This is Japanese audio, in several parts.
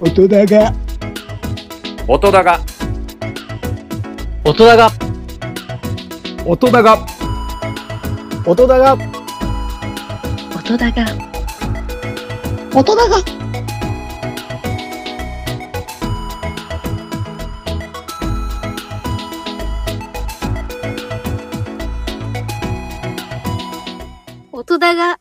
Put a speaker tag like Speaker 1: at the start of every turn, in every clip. Speaker 1: 大人が
Speaker 2: 音だが
Speaker 3: 大人が
Speaker 4: 音だが
Speaker 5: 音だが
Speaker 6: 音だが
Speaker 7: 大人が
Speaker 6: 音だが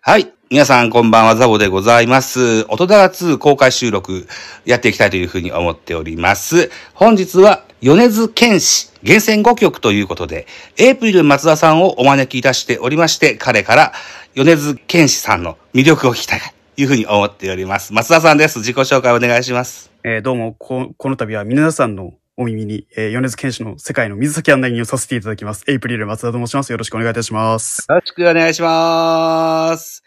Speaker 8: はい。皆さん、こんばんは、ザボでございます。音だら2公開収録、やっていきたいというふうに思っております。本日は、米津玄師、厳選5曲ということで、エイプリル松田さんをお招きいたしておりまして、彼から、米津玄師さんの魅力を聞きたいというふうに思っております。松田さんです。自己紹介お願いします。
Speaker 9: えーどうもこ、この度は皆さんのお耳に、えー、米津玄師の世界の水先案内人をさせていただきます。エイプリル松田と申します。よろしくお願いいたします。
Speaker 8: よろしくお願いします。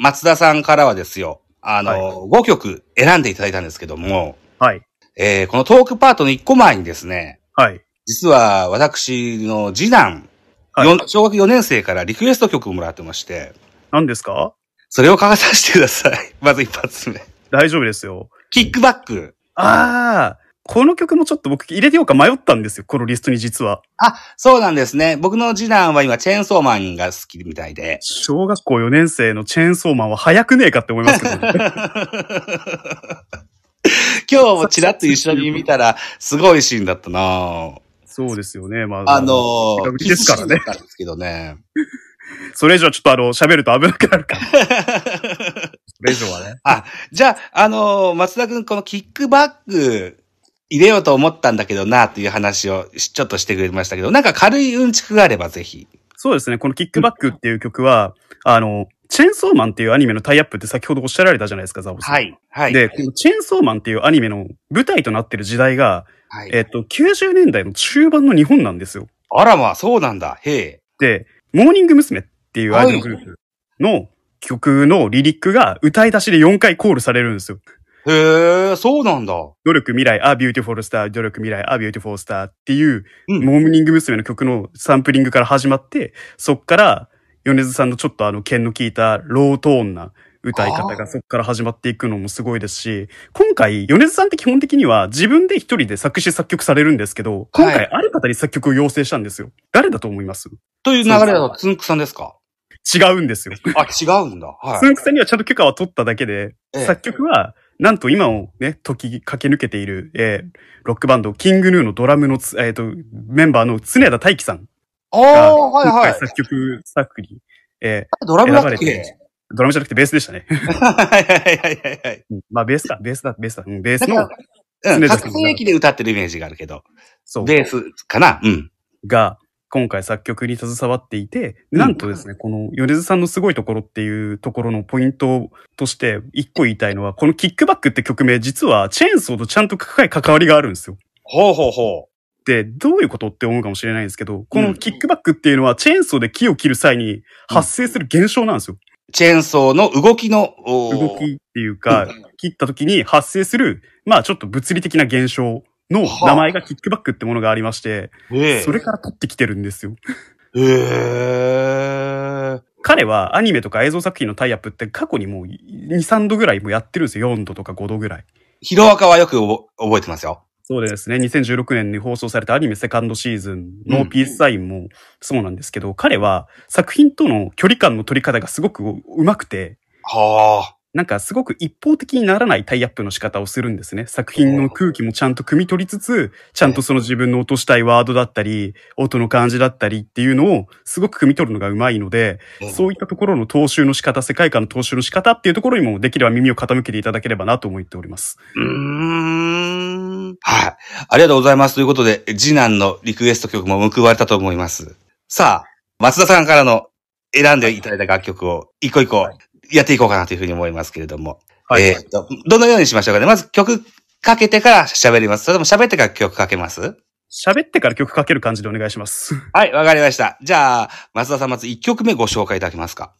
Speaker 8: 松田さんからはですよ、あの、
Speaker 9: はい
Speaker 8: 5曲選んでいただいたんですけども、
Speaker 9: はい。
Speaker 8: えーこのトークパートの1個前にですね、
Speaker 9: はい。
Speaker 8: 実は私の次男、
Speaker 9: はい
Speaker 8: よ小学4年生からリクエスト曲をもらってまして、
Speaker 9: 何ですか
Speaker 8: それを書かさせてください。 まず一発目。
Speaker 9: 大丈夫ですよ。
Speaker 8: キックバック。
Speaker 9: あー、この曲もちょっと僕入れてようか迷ったんですよ。このリストに実は。。
Speaker 8: あ、そうなんですね。僕の次男は今、チェーンソーマンが好きみたいで
Speaker 9: 小学校4年生のチェーンソーマンは早くねえかって思いますけど、ね、
Speaker 8: 今日もちらっと一緒に見たら、すごいシーンだった なぁ
Speaker 9: そうですよね。まあ、
Speaker 8: あの
Speaker 9: 近
Speaker 8: ー、
Speaker 9: くですからね
Speaker 8: キスシーンだったんですけどね。
Speaker 9: それ以上はちょっとあの、喋ると危なくなるから。それ以上はね。
Speaker 8: じゃあ、あのー松田くん、このキックバック入れようと思ったんだけどなっていう話をしちょっとしてくれましたけど、なんか軽いうんちくがあればぜひ。
Speaker 9: そうですね。このキックバックっていう曲は、あの、チェーンソーマンっていうアニメのタイアップって先ほどおっしゃられたじゃないですか、ザボさん。。。
Speaker 8: はい。
Speaker 9: で、このチェーンソーマンっていうアニメの舞台となってる時代が、
Speaker 8: はい、
Speaker 9: えっと、90年代の中盤の日本なんですよ。
Speaker 8: あらまあ、そうなんだ。へえ。
Speaker 9: で、モーニング娘。っていうアイドルグループの曲のリリックが歌い出しで4回コールされるんですよ。
Speaker 8: へえ、そうなんだ。
Speaker 9: 努力未来、あ、ビューティフォルスター、努力未来、あ、ビューティフォルスターっていう、
Speaker 8: うん
Speaker 9: モーニング娘。の曲のサンプリングから始まって、そっから、米津さんのちょっとあの、剣の効いたロートーンな歌い方
Speaker 8: あ
Speaker 9: がそっから始まっていくのもすごいですし、今回、米津さんって基本的には自分で一人で作詞作曲されるんですけど、今
Speaker 8: は
Speaker 9: 回
Speaker 8: い
Speaker 9: ある方に作曲を要請したんですよ。誰だと思います
Speaker 8: という流れだと、つんくさんですか
Speaker 9: 違うんですよ。
Speaker 8: あ、違うんだ。は
Speaker 9: つ
Speaker 8: い。
Speaker 9: んくさんにはちゃんと許可は取っただけで、
Speaker 8: ええ
Speaker 9: 作曲は、なんと今をね、時駆け抜けている、えーロックバンド、キングヌーのドラムのつ、えっ、と、メンバーの常田大樹さん
Speaker 8: あ
Speaker 9: が、
Speaker 8: あ、はいは
Speaker 9: 今回
Speaker 8: い。
Speaker 9: 作曲作に、え
Speaker 8: ドラムだ
Speaker 9: 選ば
Speaker 8: っ
Speaker 9: れ
Speaker 8: け
Speaker 9: てードラムじゃなくてベースでしたね。
Speaker 8: はいはいはいはいはい。
Speaker 9: まあ、ベースだ、ベースだ、ベースだ。うん、ベース
Speaker 8: な
Speaker 9: の
Speaker 8: ん、か、うん、
Speaker 9: 常田さん
Speaker 8: 覚醒器で歌ってるイメージがあるけど、
Speaker 9: そう、
Speaker 8: ベースかなうん。
Speaker 9: が、今回作曲に携わっていて、なんとですね、この米津さんのすごいところっていうところのポイントとして、一個言いたいのは、このキックバックって曲名、実はチェーンソーとちゃんと深い関わりがあるんですよ。
Speaker 8: ほうほうほ
Speaker 9: で、どういうことって思うかもしれないんですけど、こ
Speaker 8: うん
Speaker 9: のキックバックっていうのは、チェーンソーで木を切る際に発生する現象なんですよ。
Speaker 8: う。チェーンソーの動きの、おー
Speaker 9: 動きっていうか、切った時に発生する、まあちょっと物理的な現象の名前がキックバックってものがありまして、
Speaker 8: ええ
Speaker 9: それから取ってきてるんですよ。
Speaker 8: へえ。
Speaker 9: 彼はアニメとか映像作品のタイアップって過去にもう2、3度ぐらいもやってるんですよ。4度とか5度ぐらい。
Speaker 8: ヒロアカはよくおぼ覚えてますよ。
Speaker 9: そうですね。2016年に放送されたアニメセカンドシーズン、ノーピースサインもそうなんですけど、彼は作品との距離感の取り方がすごくうまくて、
Speaker 8: は
Speaker 9: なんかすごく一方的にならないタイアップの仕方をするんですね。作品の空気もちゃんと汲み取りつつ、ちゃんとその自分の落としたいワードだったり、音の感じだったりっていうのをすごく汲み取るのがうまいので、
Speaker 8: あ。
Speaker 9: そういったところの踏襲の仕方、世界観の踏襲の仕方っていうところにもできれば耳を傾けていただければなと思っております。
Speaker 8: うーん。はい。ありがとうございます。ということで、次男のリクエスト曲も報われたと思います。さあ、松田さんからの選んでいただいた楽曲を一個一個やっていこうかなというふうに思いますけれども。
Speaker 9: はい。
Speaker 8: えーと、どのようにしましょうかね。まず曲かけてから喋ります。それとも喋ってから曲かけます
Speaker 9: 喋ってから曲かける感じでお願いします。
Speaker 8: はい、わかりました。じゃあ、松田さんまず1曲目ご紹介いただけますか。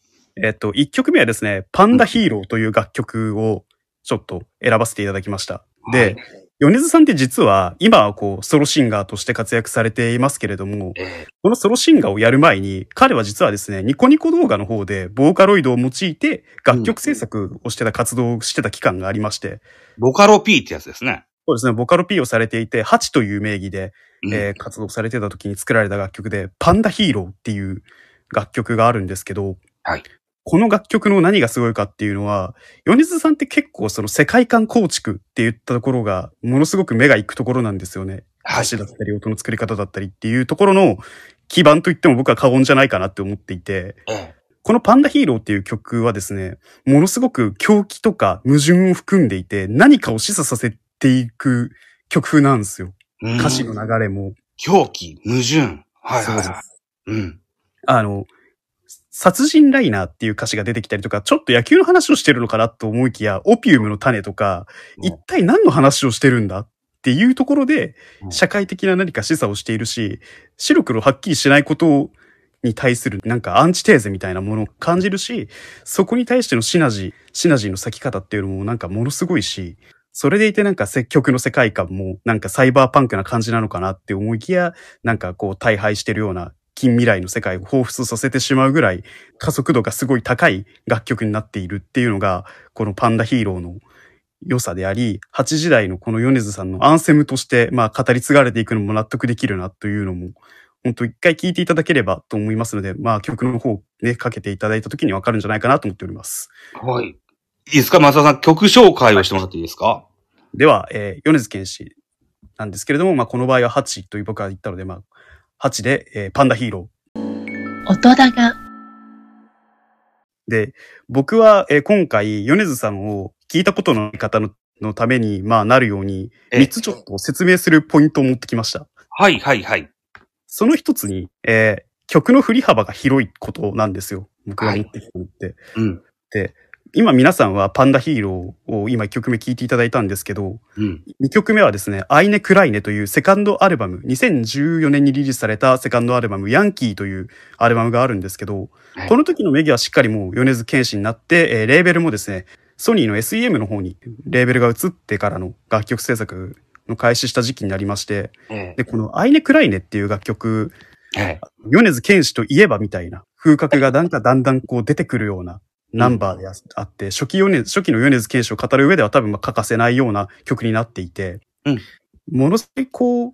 Speaker 9: えっと、1曲目はですね、パンダヒーローという楽曲をちょっと選ばせていただきました。で、米津さんって実は、今はこう、ソロシンガーとして活躍されていますけれども、このソロシンガーをやる前に、彼は実はですね、ニコニコ動画の方で、ボーカロイドを用いて、楽曲制作をしてた活動をしてた期間がありまして、
Speaker 8: ボカロ P ってやつですね。
Speaker 9: そうですね、ボカロ P をされていて、ハチという名義で、
Speaker 8: うん
Speaker 9: えー活動されてた時に作られた楽曲で、パンダヒーローっていう楽曲があるんですけど、
Speaker 8: はい
Speaker 9: この楽曲の何がすごいかっていうのは、米津さんって結構その世界観構築って言ったところが、ものすごく目が行くところなんですよね。
Speaker 8: はい
Speaker 9: 歌詞だったり、音の作り方だったりっていうところの基盤といっても僕は過言じゃないかなって思っていて、
Speaker 8: え
Speaker 9: このパンダヒーローっていう曲はですね、ものすごく狂気とか矛盾を含んでいて、何かを示唆させていく曲風なんですよ。
Speaker 8: え
Speaker 9: 歌詞の
Speaker 8: うん
Speaker 9: 流れも。
Speaker 8: 狂気、矛盾。はいはい、
Speaker 9: そう
Speaker 8: は
Speaker 9: で
Speaker 8: い。うん。
Speaker 9: あの、殺人ライナーっていう歌詞が出てきたりとか、ちょっと野球の話をしてるのかなと思いきや、オピウムの種とか、
Speaker 8: うん
Speaker 9: 一体何の話をしてるんだっていうところで
Speaker 8: う、ん
Speaker 9: 社会的な何か示唆をしているし、白黒はっきりしないことに対するなんかアンチテーゼみたいなものを感じるし、そこに対してのシナジー、シナジーの咲き方っていうのもなんかものすごいし、それでいてなんか積極の世界観もなんかサイバーパンクな感じなのかなって思いきや、なんかこう大敗してるような近未来の世界を彷彿とさせてしまうぐらい加速度がすごい高い楽曲になっているっていうのが、このパンダヒーローの良さであり、8時代のこの米津さんのアンセムとして、まあ語り継がれていくのも納得できるなというのも、本当一回聴いていただければと思いますので、まあ曲の方ね、かけていただいた時にわかるんじゃないかなと思っております。
Speaker 8: はい。いいですか松田さん、曲紹介をしてもらっていいですか
Speaker 9: では、えー、米津玄師なんですけれども、まあこの場合は8という僕は言ったので、まあ8で、えーパンダヒーロー。
Speaker 6: 音だが、
Speaker 9: で、僕は、えー今回、米津さんを聞いたことのない方ののために、まあ、なるように、
Speaker 8: え
Speaker 9: 3つちょっと説明するポイントを持ってきました。
Speaker 8: はいはいはい。
Speaker 9: その一つに、えー曲の振り幅が広いことなんですよ。僕が持ってきたのって。
Speaker 8: うん。
Speaker 9: 今皆さんはパンダヒーローを今1曲目聴いていただいたんですけど、
Speaker 8: うん。
Speaker 9: 2曲目はですね、アイネ・クライネというセカンドアルバム、2014年にリリースされたセカンドアルバム、ヤンキーというアルバムがあるんですけど
Speaker 8: は、い
Speaker 9: この時の名義はしっかりもう米津玄師になって、えーレーベルもですね、ソニーの SEM の方にレーベルが移ってからの楽曲制作の開始した時期になりまして、
Speaker 8: え
Speaker 9: で、このアイネ・クライネっていう楽曲、
Speaker 8: ええ
Speaker 9: 米津玄師といえばみたいな風格がなんかだんだんこう出てくるようなナンバーであって、初期米初期の米津玄師を語る上では多分まあ欠かせないような曲になっていて、
Speaker 8: うん
Speaker 9: ものすごいこう、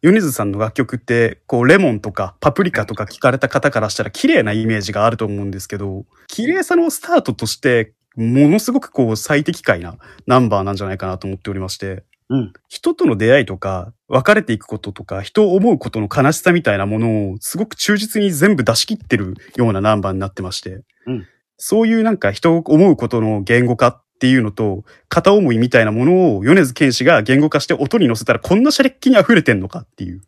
Speaker 9: 米津さんの楽曲って、こう、レモンとかパプリカとか聞かれた方からしたら綺麗なイメージがあると思うんですけど、綺麗さのスタートとして、ものすごくこう、最適解なナンバーなんじゃないかなと思っておりまして、
Speaker 8: うん
Speaker 9: 人との出会いとか、別れていくこととか、人を思うことの悲しさみたいなものを、すごく忠実に全部出し切ってるようなナンバーになってまして、
Speaker 8: うん
Speaker 9: そういうなんか人を思うことの言語化っていうのと、片思いみたいなものを米津玄師が言語化して音に乗せたらこんなシャレッキに溢れてんのかっていう。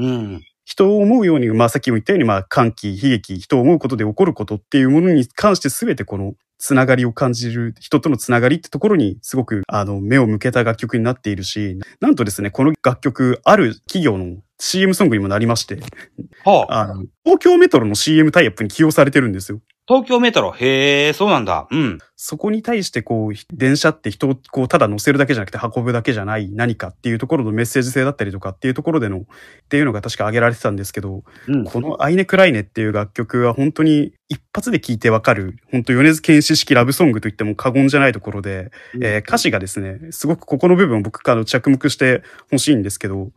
Speaker 8: うん。
Speaker 9: 人を思うように、まあさっきも言ったように、まあ歓喜、悲劇、人を思うことで起こることっていうものに関して全てこのつながりを感じる、人とのつながりってところにすごくあの目を向けた楽曲になっているし、なんとですね、この楽曲、ある企業の CM ソングにもなりまして、
Speaker 8: はあ、
Speaker 9: あの、東京メトロの CM タイアップに起用されてるんですよ。
Speaker 8: 東京メトロ。へえ、そうなんだ。うん。
Speaker 9: そこに対してこう、電車って人をこう、ただ乗せるだけじゃなくて運ぶだけじゃない何かっていうところのメッセージ性だったりとかっていうところでの、っていうのが確か挙げられてたんですけど、
Speaker 8: うん
Speaker 9: このアイネ・クライネっていう楽曲は本当に一発で聴いてわかる、本当米津玄師式ラブソングといっても過言じゃないところで、
Speaker 8: うん
Speaker 9: えー歌詞がですね、すごくここの部分を僕から着目してほしいんですけど、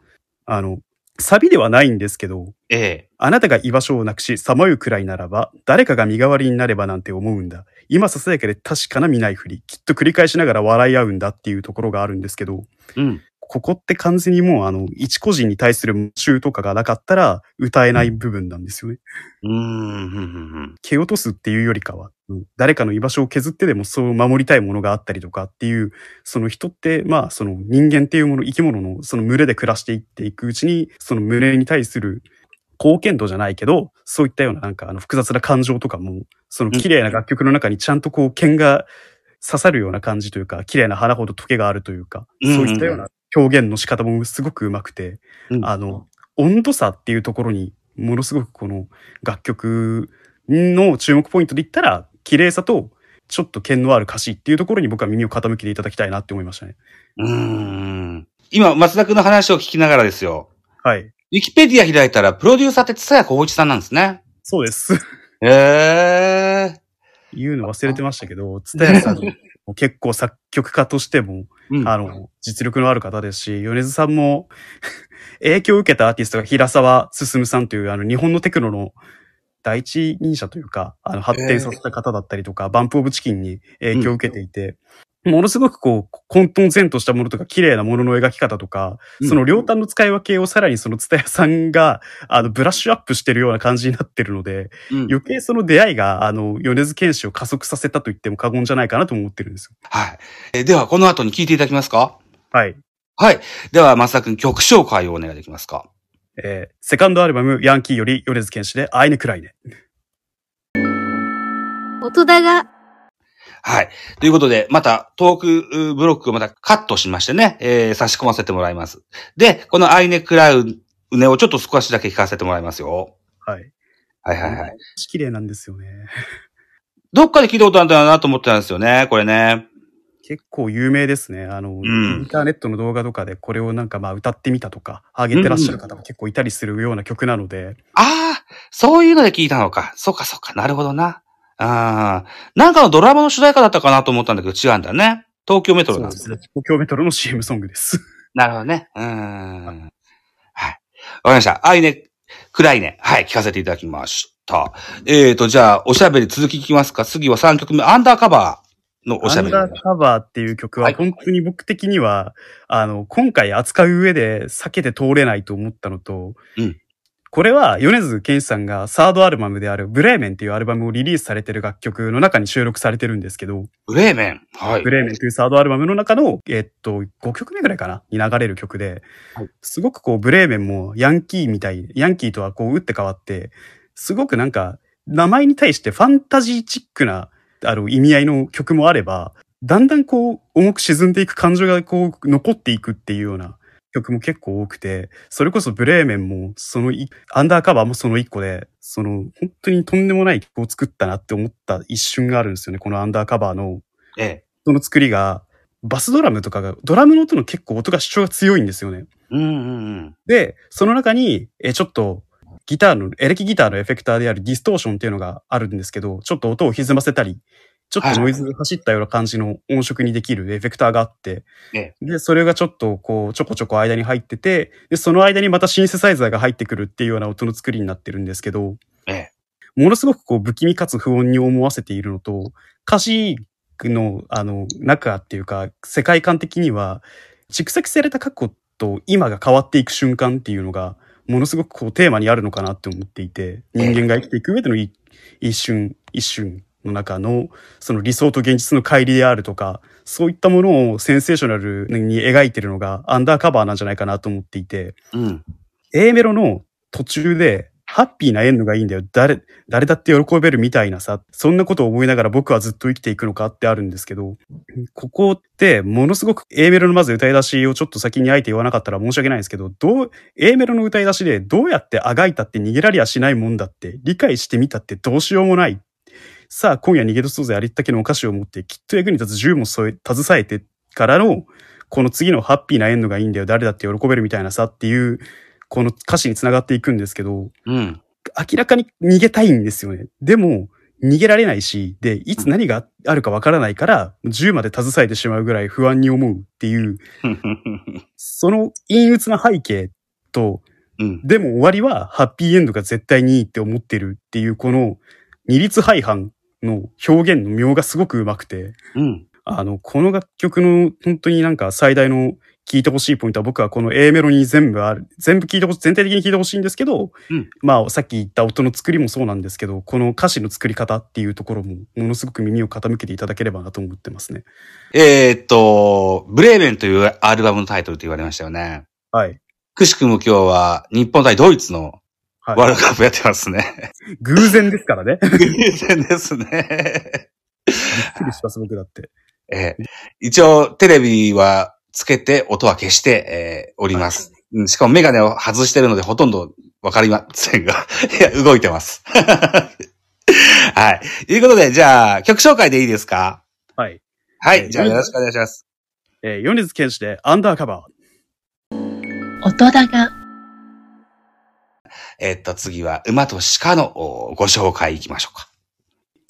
Speaker 9: あの、サビではないんですけど、
Speaker 8: ええ。
Speaker 9: あなたが居場所をなくし、さまうくらいならば、誰かが身代わりになればなんて思うんだ。今ささやかで確かな見ないふり、きっと繰り返しながら笑い合うんだっていうところがあるんですけど、
Speaker 8: うん。
Speaker 9: ここって完全にもうあの、一個人に対する夢中とかがなかったら歌えない部分なんですよね。
Speaker 8: うーん。ふんふんふん
Speaker 9: 蹴落とすっていうよりかは、うん誰かの居場所を削ってでもそう守りたいものがあったりとかっていう、その人って、まあその人間っていうもの、生き物のその群れで暮らしていっていくうちに、その群れに対する貢献度じゃないけど、そういったようななんかあの複雑な感情とかも、その綺麗な楽曲の中にちゃんとこう剣が刺さるような感じというか、綺麗な花ほど時計があるというか、
Speaker 8: うんうん
Speaker 9: そういったような表現の仕方もすごくうまくて、
Speaker 8: うん
Speaker 9: あの、温度差っていうところに、ものすごくこの楽曲の注目ポイントで言ったら、綺麗さと、ちょっと剣のある歌詞っていうところに僕は耳を傾けていただきたいなって思いましたね。
Speaker 8: うーん。今、松田君の話を聞きながらですよ。
Speaker 9: はい。
Speaker 8: ウィキペディア開いたら、プロデューサーって津谷浩一さんなんですね。
Speaker 9: そうです。
Speaker 8: へえ。
Speaker 9: 言うの忘れてましたけど、つたやさんも結構作曲家としても、
Speaker 8: うん
Speaker 9: あの、実力のある方ですし、米津さんも 影響を受けたアーティストが平沢進さんという、あの、日本のテクノの第一人者というか、あの、発展させた方だったりとか、バンプオブチキンに影響を受けていて、ものすごくこう、混沌然としたものとか、綺麗なものの描き方とか、
Speaker 8: うん
Speaker 9: その両端の使い分けをさらにその蔦屋さんが、あの、ブラッシュアップしてるような感じになってるので、
Speaker 8: うん
Speaker 9: 余計その出会いが、あの、米津玄師を加速させたと言っても過言じゃないかなとも思ってるんですよ。
Speaker 8: はい。えーでは、この後に聞いていただきますか
Speaker 9: はい。
Speaker 8: はい。では、松田君、曲紹介をお願いできますか
Speaker 9: えーセカンドアルバム、ヤンキーより米津玄師で、アイネクライネ。
Speaker 1: 音だが、
Speaker 8: はい。ということで、また、トークうブロックをまたカットしましてね、えー差し込ませてもらいます。で、このアイネクラウネをちょっと少しだけ聞かせてもらいますよ。
Speaker 9: はい。
Speaker 8: はいはいはい。
Speaker 9: 綺麗なんですよね。
Speaker 8: どっかで聞いたことあるんだよなと思ってたんですよね、これね。
Speaker 9: 結構有名ですね。あの、
Speaker 8: ん
Speaker 9: インターネットの動画とかでこれをなんかまあ歌ってみたとか、上げてらっしゃる方も結構いたりするような曲なので、
Speaker 8: ああ、そういうので聞いたのか。そうかそうか、なるほどな。ああ、なんかのドラマの主題歌だったかなと思ったんだけど違うんだね。東京メトロなんですね。
Speaker 9: 東京メトロの CM ソングです。
Speaker 8: なるほどね。うーん。はい。わかりました。あいね、暗いね。はい、聞かせていただきました。えーと、じゃあ、おしゃべり続き聞きますか。次は3曲目、アンダーカバーのおし
Speaker 9: ア
Speaker 8: ゃ
Speaker 9: ン
Speaker 8: べり。
Speaker 9: ダーカバーっていう曲
Speaker 8: は
Speaker 9: はい本当に僕的には、あの、今回扱う上で避けて通れないと思ったのと、
Speaker 8: うん
Speaker 9: これは米津玄師さんがサードアルバムであるブレーメンっていうアルバムをリリースされてる楽曲の中に収録されてるんですけど、
Speaker 8: ブレーメン。はい
Speaker 9: ブ。レーメンというサードアルバムの中の、えっと、5曲目ぐらいかなに流れる曲で
Speaker 8: はい、
Speaker 9: すごくこう、ブレーメンもヤンキーみたい、ヤンキーとはこう、打って変わって、すごくなんか、名前に対してファンタジーチックな、あの、意味合いの曲もあれば、だんだんこう、重く沈んでいく感情がこう、残っていくっていうような曲も結構多くて、それこそブレーメンも、そのい、アンダーカバーもその一個で、その、本当にとんでもない曲を作ったなって思った一瞬があるんですよね、このアンダーカバーの
Speaker 8: ええ。
Speaker 9: その作りが、バスドラムとかが、ドラムの音の結構音が主張が強いんですよね。
Speaker 8: うんうんうん。
Speaker 9: で、その中に、え、ちょっと、ギターの、エレキギターのエフェクターであるディストーションっていうのがあるんですけど、ちょっと音を歪ませたり、ちょっとノイズが走ったような感じの音色にできるエフェクターがあって、
Speaker 8: え
Speaker 9: で、それがちょっとこう、ちょこちょこ間に入ってて、で、その間にまたシンセサイザーが入ってくるっていうような音の作りになってるんですけど、
Speaker 8: ええ。
Speaker 9: ものすごくこう不気味かつ不穏に思わせているのと、歌詞の、あの、中っていうか、世界観的には、蓄積された過去と今が変わっていく瞬間っていうのが、ものすごくこうテーマにあるのかなって思っていて、人間が生きていく上でのい一瞬一瞬の中の、その理想と現実の乖離であるとか、そういったものをセンセーショナルに描いてるのがアンダーカバーなんじゃないかなと思っていて、
Speaker 8: うん。
Speaker 9: A メロの途中で、ハッピーなエンドがいいんだよ。誰、誰だって喜べるみたいなさ、そんなことを思いながら僕はずっと生きていくのかってあるんですけど、ここってものすごく A メロのまず歌い出しをちょっと先にあえて言わなかったら申し訳ないんですけど、どう、A メロの歌い出しでどうやってあがいたって逃げられやしないもんだって、理解してみたってどうしようもない。さあ、今夜逃げ出そうぜありったけのお菓子を持って、きっと役に立つ銃も添え、携えてからの、この次のハッピーなエンドがいいんだよ。誰だって喜べるみたいなさっていう、この歌詞につながっていくんですけど、
Speaker 8: うん。
Speaker 9: 明らかに逃げたいんですよね。でも、逃げられないし、で、いつ何があるかわからないから、銃まで携えてしまうぐらい不安に思うっていう、その陰鬱な背景と、
Speaker 8: うん。
Speaker 9: でも終わりはハッピーエンドが絶対にいいって思ってるっていう、この二律背反の表現の妙がすごく上手くて、
Speaker 8: うん。
Speaker 9: あの、この楽曲の本当になんか最大の聴いてほしいポイントは僕はこの A メロに全部ある、全部聴いてほしい、全体的に聴いてほしいんですけど、
Speaker 8: うん
Speaker 9: まあさっき言った音の作りもそうなんですけど、この歌詞の作り方っていうところもものすごく耳を傾けていただければなと思ってますね。
Speaker 8: えーっと、ブレーメンというアルバムのタイトルと言われましたよね。
Speaker 9: はい。
Speaker 8: くしくも今日は日本対ドイツのワー
Speaker 9: は
Speaker 8: ルドカップやってます ね。
Speaker 9: い、偶然ですからね。びっ
Speaker 8: 偶然ですね。
Speaker 9: くりします、僕だって。
Speaker 8: えー一応テレビはつけて音は消して、えーおります、うんしかもメガネを外してるのでほとんどわかりませんが、 いや、動いてます。 はい。ということで、じゃあ曲紹介でいいですか
Speaker 9: はい。
Speaker 8: は
Speaker 9: えー
Speaker 8: い。じゃあよろしくお願いします。
Speaker 9: えー、米津玄師でアンダーカバー。
Speaker 6: 音だが、
Speaker 8: えっと、次は、馬と鹿のおご紹介いきましょうか。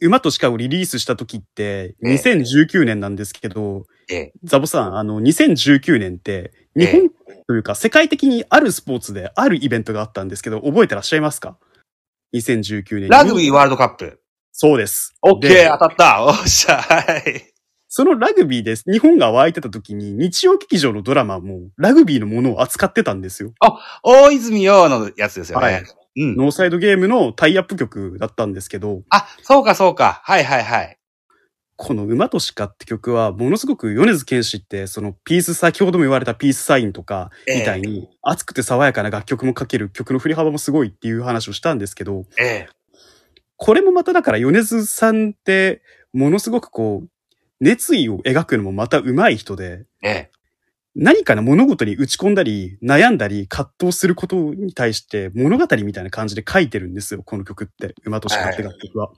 Speaker 9: 馬と鹿をリリースした時って、2019年なんですけど、
Speaker 8: ええ
Speaker 9: ザボさん、あの、2019年って、日
Speaker 8: え
Speaker 9: 本というか世界的にあるスポーツであるイベントがあったんですけど、覚えてらっしゃいますか ?2019 年
Speaker 8: ラグビーワールドカップ。
Speaker 9: そうです。
Speaker 8: オッケ
Speaker 9: で
Speaker 8: ー、当たった。おっしゃ、はい。
Speaker 9: そのラグビーです。日本が湧いてた時に、日曜劇場のドラマもラグビーのものを扱ってたんですよ。
Speaker 8: 大泉洋のやつですよね。
Speaker 9: はい
Speaker 8: うん。
Speaker 9: ノーサイドゲームのタイアップ曲だったんですけど、
Speaker 8: あ、そうか、そうか。はい、はい、はい。
Speaker 9: この馬と鹿って曲は、ものすごく米津玄師って、そのピース、先ほども言われたピースサインとか、みたいに、熱くて爽やかな楽曲もかける曲の振り幅もすごいっていう話をしたんですけど、
Speaker 8: ええ。
Speaker 9: これもまただから米津さんって、ものすごくこう、熱意を描くのもまた上手い人で、
Speaker 8: ええ。
Speaker 9: 何かの物事に打ち込んだり、悩んだり、葛藤することに対して物語みたいな感じで書いてるんですよ、この曲って。馬と鹿って楽曲は。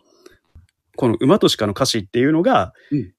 Speaker 9: この馬と鹿の歌詞っていうのが、
Speaker 8: うん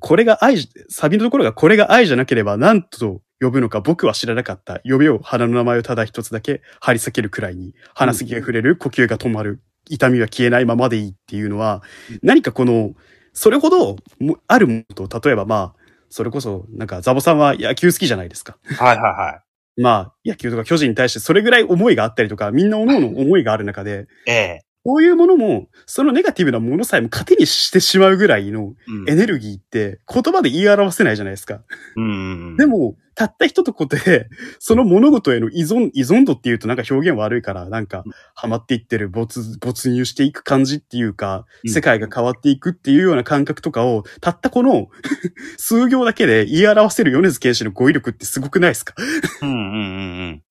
Speaker 9: これが愛じ、サビのところがこれが愛じゃなければ何と呼ぶのか僕は知らなかった。呼べよ、花の名前をただ一つだけ張り裂けるくらいに、鼻先が触れる、呼吸が止まる、痛みは消えないままでいいっていうのは、何かこの、それほどもあるものと、例えばまあ、それこそ、なんか、ザボさんは野球好きじゃないですか。
Speaker 8: はい、はい、は
Speaker 9: まあ、野球とか巨人に対してそれぐらい思いがあったりとか、みんな各々思いがある中で、
Speaker 8: い。ええ。
Speaker 9: こういうものも、そのネガティブなものさえも糧にしてしまうぐらいの
Speaker 8: うん
Speaker 9: エネルギーって言葉で言い表せないじゃないですか。
Speaker 8: うん。
Speaker 9: でも、たった一言で、 その物事への依存、依存度っていうとなんか表現悪いから、なんか、ハマっていってる、没、没入していく感じっていうか、
Speaker 8: うん
Speaker 9: 世界が変わっていくっていうような感覚とかを、たったこの 数行だけで言い表せる米津玄師の語彙力ってすごくないですか
Speaker 8: うん、うん、うんうん。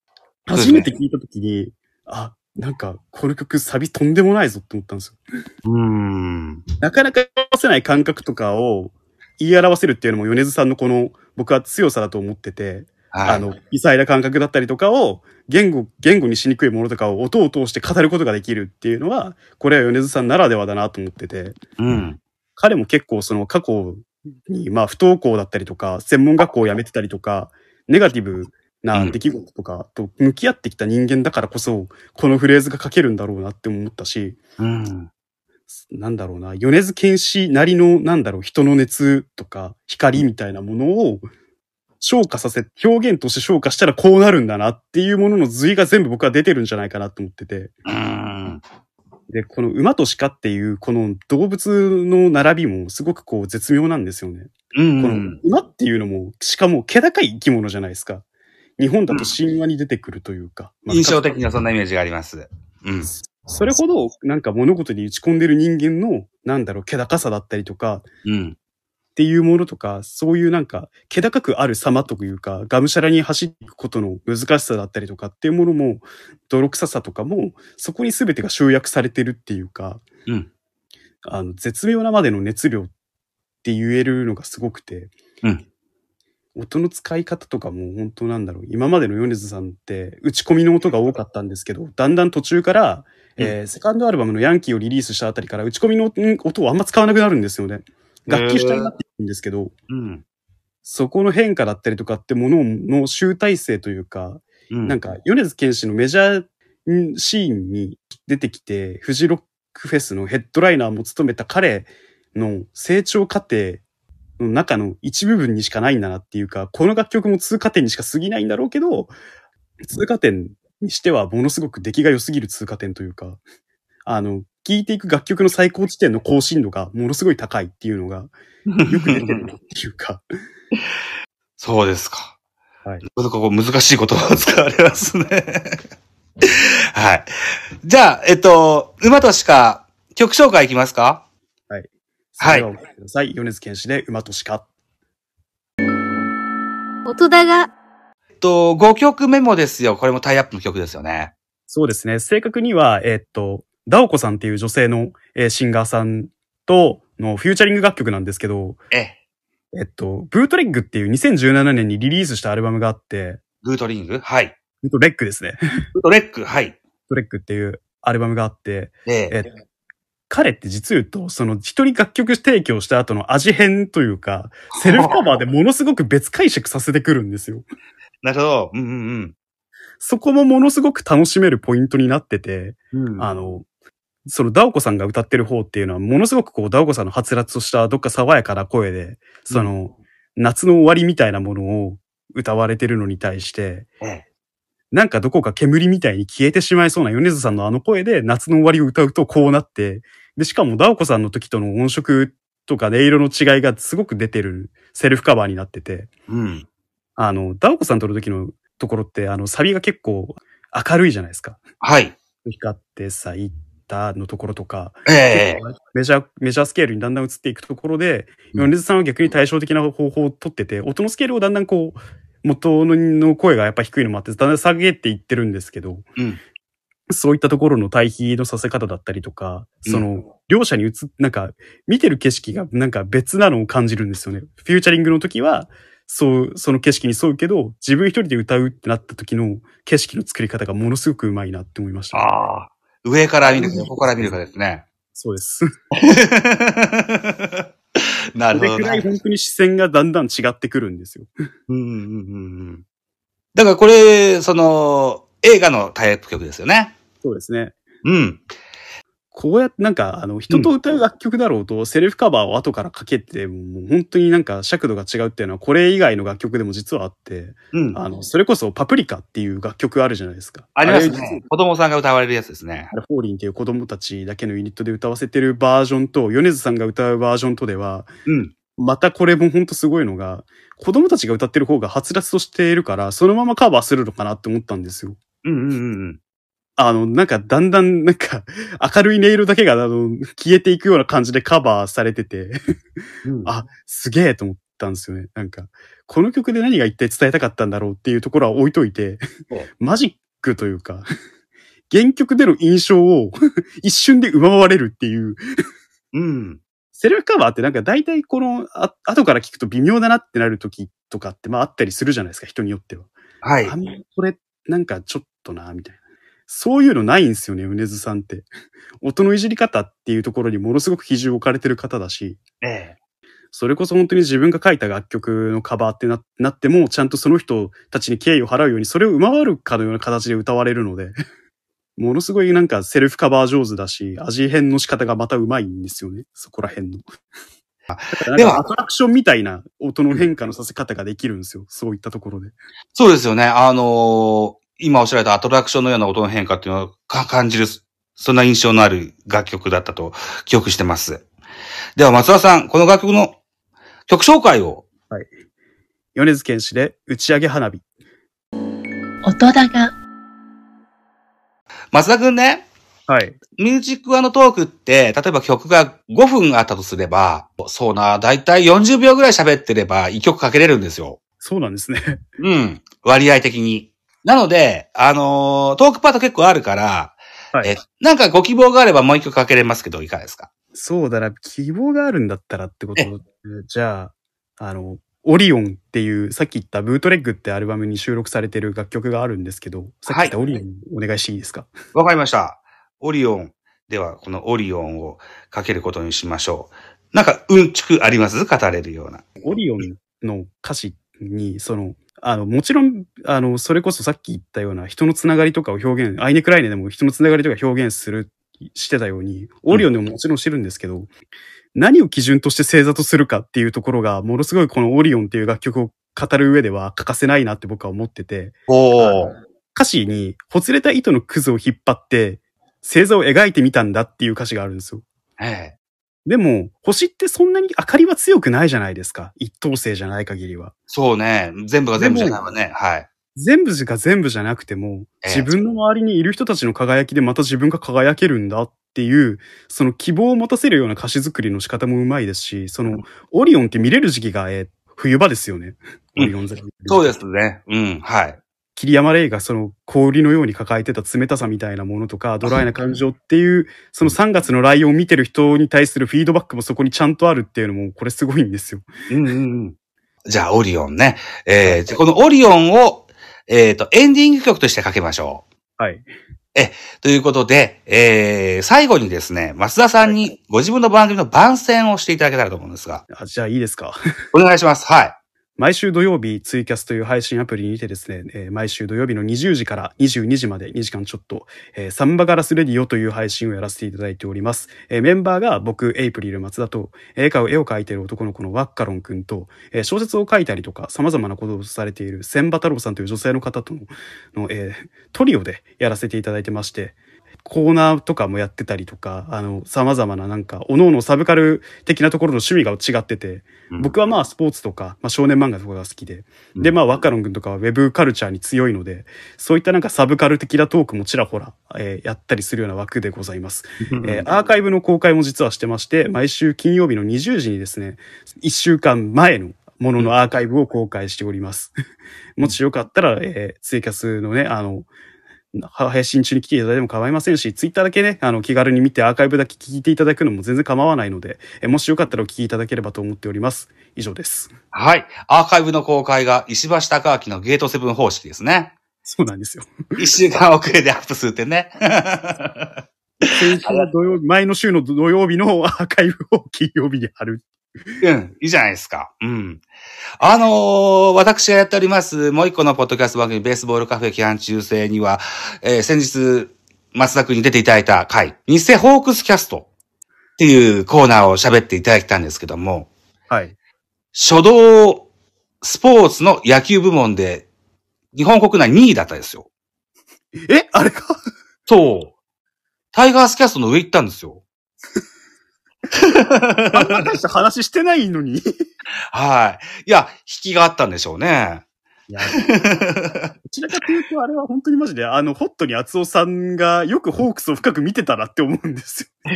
Speaker 8: そうです
Speaker 9: 初
Speaker 8: ね
Speaker 9: めて聞いたときに、あ、なんか、この曲サビとんでもないぞって思ったんですよ。
Speaker 8: うん。
Speaker 9: なかなか表せない感覚とかを言い表せるっていうのも米津さんのこの、僕は強さだと思ってて、
Speaker 8: はい。
Speaker 9: あの、微細な感覚だったりとかを、言語、言語にしにくいものとかを音を通して語ることができるっていうのは、これは米津さんならではだなと思ってて、
Speaker 8: うん。
Speaker 9: 彼も結構その過去に、まあ不登校だったりとか、専門学校を辞めてたりとか、ネガティブな出来事とかと向き合ってきた人間だからこそ、このフレーズが書けるんだろうなって思ったし、
Speaker 8: うん。
Speaker 9: なんだろうな、米津玄師なりの、なんだろう、人の熱とか光みたいなものを昇華させ、表現として昇華したらこうなるんだなっていうものの図意が全部僕は出てるんじゃないかなと思ってて。
Speaker 8: うん。
Speaker 9: で、この馬と鹿っていう、この動物の並びもすごくこう絶妙なんですよね。
Speaker 8: う
Speaker 9: この
Speaker 8: ん。
Speaker 9: 馬っていうのも、しかも気高い生き物じゃないですか。日本だと神話に出てくるというか。まあ
Speaker 8: 印象的なそんなイメージがあります。うん。
Speaker 9: それほど、なんか物事に打ち込んでる人間の、なんだろう、気高さだったりとか、
Speaker 8: うん。
Speaker 9: っていうものとか、そういうなんか、気高くある様というか、がむしゃらに走っていくことの難しさだったりとかっていうものも、泥臭さとかも、そこに全てが集約されてるっていうか、
Speaker 8: うん
Speaker 9: あの、絶妙なまでの熱量って言えるのがすごくて、
Speaker 8: うん
Speaker 9: 音の使い方とかも本当なんだろう、今までの米津さんって、打ち込みの音が多かったんですけど、だんだん途中から、えーセカンドアルバムのヤンキーをリリースしたあたりから、打ち込みの音をあんま使わなくなるんですよね。楽器主体になっていくんですけど、
Speaker 8: うん。
Speaker 9: そこの変化だったりとかってものの集大成というか、
Speaker 8: うん。
Speaker 9: なんか、米津玄師のメジャーシーンに出てきて、フジロックフェスのヘッドライナーも務めた彼の成長過程の中の一部分にしかないんだなっていうか、この楽曲も通過点にしか過ぎないんだろうけど、通過点にしてはものすごく出来が良すぎる通過点というか、あの、聴いていく楽曲の最高地点の更新度がものすごい高いっていうのが、よく出てるなっていうか、
Speaker 8: そうですか。
Speaker 9: はい。
Speaker 8: こう難しい言葉を使われますね。 はい。じゃあ、えっと、馬としか曲紹介いきますかはい
Speaker 9: それでお聞きください。米津玄師で馬と鹿。
Speaker 1: 音だが、
Speaker 8: えっと、5曲目もですよ。これもタイアップの曲ですよね。
Speaker 9: そうですね。正確には、えーっと、ダオコさんっていう女性の、えーシンガーさんとのフューチャリング楽曲なんですけど、
Speaker 8: ええ、
Speaker 9: えっと、ブートレッグっていう2017年にリリースしたアルバムがあって、
Speaker 8: ルートリングはい。
Speaker 9: ブートレッグですね。 ブー
Speaker 8: ルートレックはい。
Speaker 9: トレッグっていうアルバムがあって、
Speaker 8: え
Speaker 9: え
Speaker 8: え、
Speaker 9: っと、彼って実を言うと、その一人楽曲提供した後の味変というか、セルフカバーでものすごく別解釈させてくるんですよ。
Speaker 8: なるほど。うんうん
Speaker 9: そこもものすごく楽しめるポイントになってて、
Speaker 8: うん。うん
Speaker 9: あの、そのダオコさんが歌ってる方っていうのは、ものすごくこう、ダオコさんのはつらつとしたどっか爽やかな声で、その、夏の終わりみたいなものを歌われてるのに対して
Speaker 8: ええ、
Speaker 9: なんかどこか煙みたいに消えてしまいそうな米津さんのあの声で夏の終わりを歌うとこうなって、で、しかもダオコさんの時との音色とか音色の違いがすごく出てるセルフカバーになってて、
Speaker 8: うん。
Speaker 9: あの、ダオコさんとの時のところって、あの、サビが結構明るいじゃないですか。
Speaker 8: はい。
Speaker 9: 光って咲いたのところとか、
Speaker 8: ええ
Speaker 9: メジャー、メジャースケールにだんだん移っていくところで、
Speaker 8: うん
Speaker 9: 米津さんは逆に対照的な方法を取ってて、音のスケールをだんだんこう、元の声がやっぱ低いのもあって、だんだん下げていってるんですけど、
Speaker 8: うん
Speaker 9: そういったところの対比のさせ方だったりとか、その、
Speaker 8: う
Speaker 9: 両者に移っ、なんか、見てる景色がなんか別なのを感じるんですよね。フューチャリングの時は、そう、その景色に沿うけど、自分一人で歌うってなった時の景色の作り方がものすごくうまいなって思いました。
Speaker 8: ああ。上から見るか、横から見るかです ね。
Speaker 9: そうです。
Speaker 8: なる
Speaker 9: それ
Speaker 8: ほど
Speaker 9: くらい
Speaker 8: ね。
Speaker 9: 本当に視線がだんだん違ってくるんですよ。
Speaker 8: うんうんうんうん。だからこれ、その、映画のタイアップ曲ですよね。
Speaker 9: そうですね。
Speaker 8: うん。
Speaker 9: こうやってなんか、あの、人と歌う楽曲だろうと、セルフカバーを後からかけても、もう本当になんか尺度が違うっていうのは、これ以外の楽曲でも実はあって、
Speaker 8: うん。
Speaker 9: あの、それこそパプリカっていう楽曲あるじゃないですか。
Speaker 8: あります
Speaker 9: れ実は
Speaker 8: ね。子供さんが歌われるやつですね。
Speaker 9: あれフォーリンっていう子供たちだけのユニットで歌わせてるバージョンと、米津さんが歌うバージョンとでは、
Speaker 8: うん
Speaker 9: またこれも本当すごいのが、子供たちが歌ってる方がはつらつとしているから、そのままカバーするのかなって思ったんですよ。
Speaker 8: うんうんうん
Speaker 9: あの、なんか、だんだん、なんか、明るい音色だけが、あの、消えていくような感じでカバーされてて、
Speaker 8: うん。
Speaker 9: あ、すげえと思ったんですよね。なんか、この曲で何が一体伝えたかったんだろうっていうところは置いといて
Speaker 8: うん、
Speaker 9: マジックというか、原曲での印象を一瞬で奪われるっていう、
Speaker 8: うん。
Speaker 9: セルフカバーってなんか大体この、あ後から聞くと微妙だなってなる時とかって、まああったりするじゃないですか、人によっては。
Speaker 8: はい
Speaker 9: あ。んこれ、なんかちょっとな、みたいな。そういうのないんですよね、米津さんって。 音のいじり方っていうところにものすごく比重を置かれてる方だし、
Speaker 8: ええ。
Speaker 9: それこそ本当に自分が書いた楽曲のカバーってななっても、ちゃんとその人たちに敬意を払うように、それを上回るかのような形で歌われるので、 ものすごいなんかセルフカバー上手だし、味変の仕方がまたうまいんですよね、そこら辺の。
Speaker 8: で
Speaker 9: で
Speaker 8: は
Speaker 9: は、アトラクションみたいな音の変化のさせ方ができるんですよ、そういったところで。
Speaker 8: そうですよね。あのー今おっしゃられたアトラクションのような音の変化っていうのをか感じる、そんな印象のある楽曲だったと記憶してます。では松田さん、この楽曲の曲紹介を。
Speaker 9: 米津玄師で打ち上げ花火。
Speaker 6: 音だが、
Speaker 8: 松田くんね、
Speaker 9: はい。
Speaker 8: ミュージックアのトークって、例えば曲が5分あったとすれば、そうな、だいたい40秒ぐらい喋ってれば1曲かけれるんですよ。
Speaker 9: そうなんですね。
Speaker 8: うん。割合的に。なので、あのートークパート結構あるから、
Speaker 9: はい
Speaker 8: えなんかご希望があればもう一曲かけれますけど、いかがですか
Speaker 9: そうだな、希望があるんだったらってこと
Speaker 8: え
Speaker 9: じゃあ、あの、オリオンっていう、さっき言ったブートレッグってアルバムに収録されてる楽曲があるんですけど、さっき言ったオリオンお願いしていいですか、
Speaker 8: わかりました。オリオン。では、このオリオンをかけることにしましょう。なんか、うんちくあります語れるような。
Speaker 9: オリオンの歌詞に、その、あの、もちろん、あの、それこそさっき言ったような人のつながりとかを表現、アイネクライネでも人のつながりとか表現する、してたように、オリオンでももちろんしてるんですけど、何を基準として正座とするかっていうところが、ものすごいこのオリオンっていう楽曲を語る上では欠かせないなって僕は思ってて、
Speaker 8: おー。
Speaker 9: 歌詞に、ほつれた糸のクズを引っ張って、星座を描いてみたんだっていう歌詞があるんですよ。
Speaker 8: ええ。
Speaker 9: でも、星ってそんなに明かりは強くないじゃないですか。一等星じゃない限りは。
Speaker 8: そうね。全部が全部じゃないわね。はい。
Speaker 9: 全部が全部じゃなくても、
Speaker 8: ええ
Speaker 9: 自分の周りにいる人たちの輝きでまた自分が輝けるんだっていう、その希望を持たせるような歌詞作りの仕方もうまいですし、その、オリオンって見れる時期が、えー冬場ですよね。
Speaker 8: うん
Speaker 9: オリオン座
Speaker 8: そうですね。うん。はい。
Speaker 9: 桐山レイがその氷のように抱えてた冷たさみたいなものとか、ドライな感情っていう、その3月のライオンを見てる人に対するフィードバックもそこにちゃんとあるっていうのも、これすごいんですよ。
Speaker 8: うんうんうん。じゃあ、オリオンね。ええじゃあこのオリオンを、えっ、と、エンディング曲としてかけましょ
Speaker 9: はい。
Speaker 8: う。ということで、ええ最後にですね、増田さんにご自分の番組の番宣をしていただけたらと思うんですが、
Speaker 9: あじゃあいいですか。
Speaker 8: お願いします。はい。
Speaker 9: 毎週土曜日、ツイキャスという配信アプリにてですね、えー毎週土曜日の20時から22時まで2時間ちょっと、えーサンバガラスレディオという配信をやらせていただいております。えーメンバーが僕、エイプリル松田と、絵画を絵を描いている男の子のワッカロン君と、えー小説を書いたりとか、様々なことをされている千葉太郎さんという女性の方とのの、えートリオでやらせていただいてまして、コーナーとかもやってたりとか、あの、様々ななんか、各々サブカル的なところの趣味が違ってて、
Speaker 8: うん
Speaker 9: 僕はまあスポーツとか、まあ少年漫画とかが好きで、でまあワカロン君とかはウェブカルチャーに強いので、そういったなんかサブカル的なトークもちらほら、えーやったりするような枠でございます。えーアーカイブの公開も実はしてまして、毎週金曜日の20時にですね、1週間前のもののアーカイブを公開しております。 もしよかったら、えー、ツイキャスのね、あの、配信中に来ていただいても構いませんし、ツイッターだけね、あの、気軽に見てアーカイブだけ聞いていただくのも全然構わないので、えーもしよかったらお聞きいただければと思っております。以上です。
Speaker 8: はい。アーカイブの公開が石橋貴明のゲートセブン方式ですね。
Speaker 9: そうなんですよ。
Speaker 8: 一週間遅れでアップするってね。
Speaker 9: 先週の土曜日、前の週の土曜日のアーカイブを金曜日に貼る。
Speaker 8: うん、いいじゃないですか。うん。あのー私がやっております、もう一個のポッドキャスト番組、ベースボールカフェ期間中制には、えー先日、松田君に出ていただいた回、ニセホークスキャストっていうコーナーを喋っていただいたんですけども、
Speaker 9: はい。
Speaker 8: 書道スポーツの野球部門で、日本国内2位だったんですよ。
Speaker 9: えあれか
Speaker 8: そう。タイガースキャストの上行ったんですよ。
Speaker 9: あんま大した話してないの に。い
Speaker 8: はい。いや、引きがあったんでしょうね。
Speaker 9: や、どちらかというと、あれは本当にマジで、あの、ホットに厚尾さんがよくホークスを深く見てたなって思うんですよ。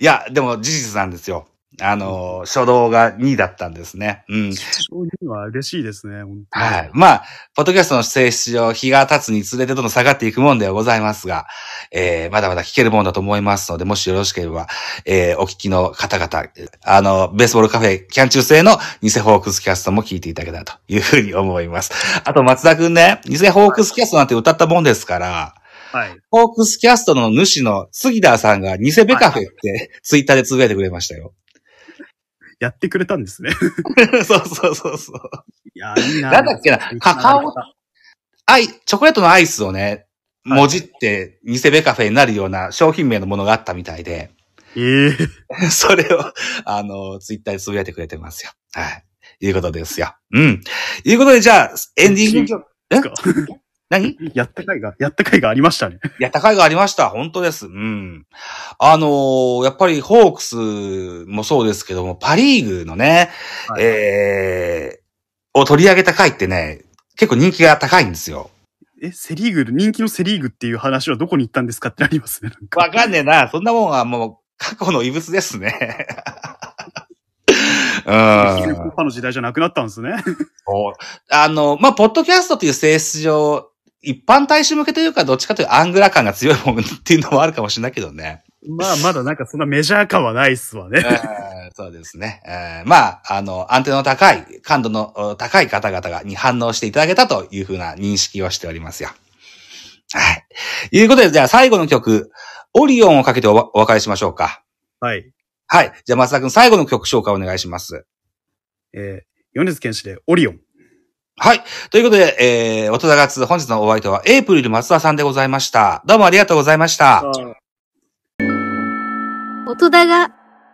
Speaker 8: いや、でも事実なんですよ。あの、初動が2位だったんですね。うん。
Speaker 9: 非常には嬉しいですね、本当に
Speaker 8: はい。まあ、ポッドキャストの性質上、日が経つにつれてどんどん下がっていくもんではございますが、えー、まだまだ聞けるもんだと思いますので、もしよろしければ、えー、お聞きの方々、あの、ベースボールカフェキャン中制のニセホークスキャストも聞いていただけたらというふうに思います。あと、松田くんね、ニセホークスキャストなんて歌ったもんですから、
Speaker 9: はい。
Speaker 8: ホークスキャストの主の杉田さんがニセベカフェってツイッターでつぶやいてくれましたよ。
Speaker 9: やってくれたんですね。
Speaker 8: そうそうそうそう。
Speaker 9: いや、いいな。
Speaker 8: なんだっけな、カカオ、アイ、チョコレートのアイスをね、
Speaker 9: はい
Speaker 8: もじってニセベカフェになるような商品名のものがあったみたい で、
Speaker 9: ええ
Speaker 8: それを、あの、ツイッターでつぶやいてくれてますよ。はい。いうことですよ。うん。いうことで、じゃあ、エンディング曲、え
Speaker 9: か
Speaker 8: 何
Speaker 9: やった回が、やった回がありましたね。
Speaker 8: いや、高いがありました。本当です。うん。あのーやっぱりホークスもそうですけども、パリーグのね、
Speaker 9: はい
Speaker 8: えー、を取り上げた回ってね、結構人気が高いんですよ。
Speaker 9: え、セリーグ、人気のセリーグっていう話はどこに行ったんですかってなりますね。なんか
Speaker 8: わかんねえな。そんなもんはもう、過去の遺物ですね。 うん。
Speaker 9: 旧コッパの時代じゃなくなったんですね。
Speaker 8: そうあの、まあ、ポッドキャストという性質上、一般大衆向けというか、どっちかというとアングラ感が強いもんっていうのもあるかもしれないけどね。
Speaker 9: まあ、まだなんかそんなメジャー感はないっすわね。
Speaker 8: えーそうですね。えーまあ、あの、安定の高い、感度のお高い方々が、に反応していただけたというふうな認識をしておりますよ。はい。いうことで、じゃあ最後の曲、オリオンをかけておわお別れしましょうか。
Speaker 9: はい。
Speaker 8: はい。じゃあ松田君、最後の曲紹介お願いします。
Speaker 9: えー、米津玄師でオリオン。
Speaker 8: はい。ということで、えー、音高津、本日のお相手は、エイプリル松田さんでございました。どうもありがとうございました。
Speaker 7: 音だが。